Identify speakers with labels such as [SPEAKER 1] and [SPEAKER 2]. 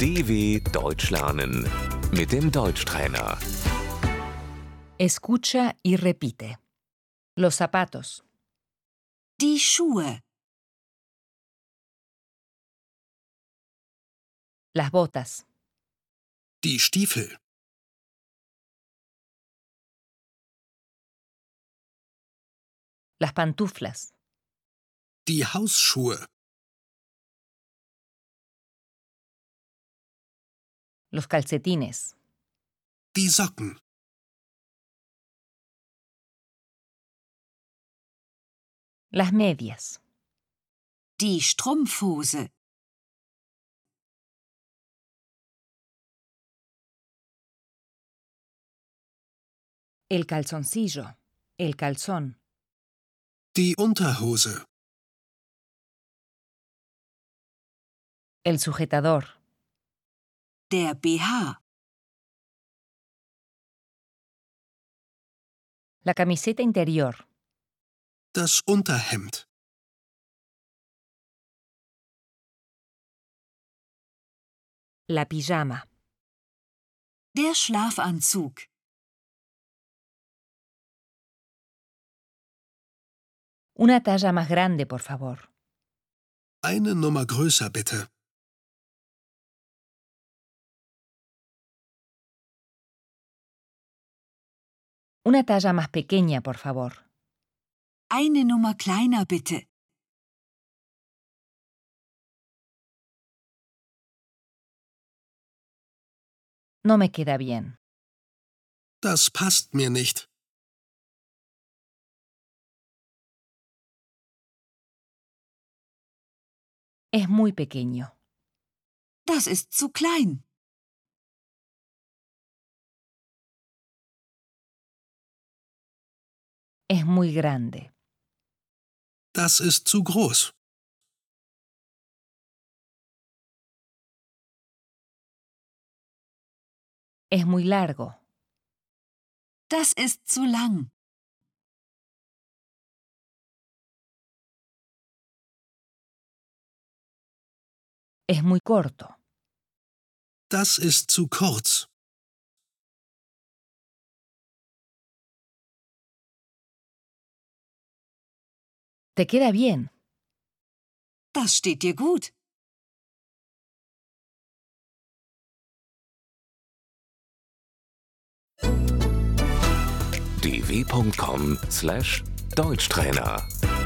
[SPEAKER 1] DW Deutsch lernen mit dem Deutschtrainer.
[SPEAKER 2] Escucha y repite. Los zapatos,
[SPEAKER 3] Die Schuhe,
[SPEAKER 2] las botas,
[SPEAKER 4] Die Stiefel,
[SPEAKER 2] las pantuflas,
[SPEAKER 4] die Hausschuhe,
[SPEAKER 2] los calcetines,
[SPEAKER 4] die Socken,
[SPEAKER 2] las medias,
[SPEAKER 3] die Strumpfhose,
[SPEAKER 2] el calzoncillo, el calzón,
[SPEAKER 4] die Unterhose,
[SPEAKER 2] el sujetador,
[SPEAKER 3] der BH,
[SPEAKER 2] la camiseta interior,
[SPEAKER 4] das Unterhemd,
[SPEAKER 2] la pijama,
[SPEAKER 3] der Schlafanzug,
[SPEAKER 2] una talla más grande, por favor,
[SPEAKER 4] eine Nummer größer bitte,
[SPEAKER 2] una talla más pequeña, por favor,
[SPEAKER 3] eine Nummer kleiner bitte,
[SPEAKER 2] no me queda bien,
[SPEAKER 4] das passt mir nicht,
[SPEAKER 2] es muy pequeño,
[SPEAKER 3] das ist zu klein,
[SPEAKER 2] es muy grande,
[SPEAKER 4] das ist zu groß,
[SPEAKER 2] es muy largo,
[SPEAKER 3] das ist zu lang,
[SPEAKER 2] es muy corto,
[SPEAKER 4] das ist zu kurz,
[SPEAKER 2] te queda bien,
[SPEAKER 3] das steht dir gut,
[SPEAKER 1] dw.com/deutschtrainer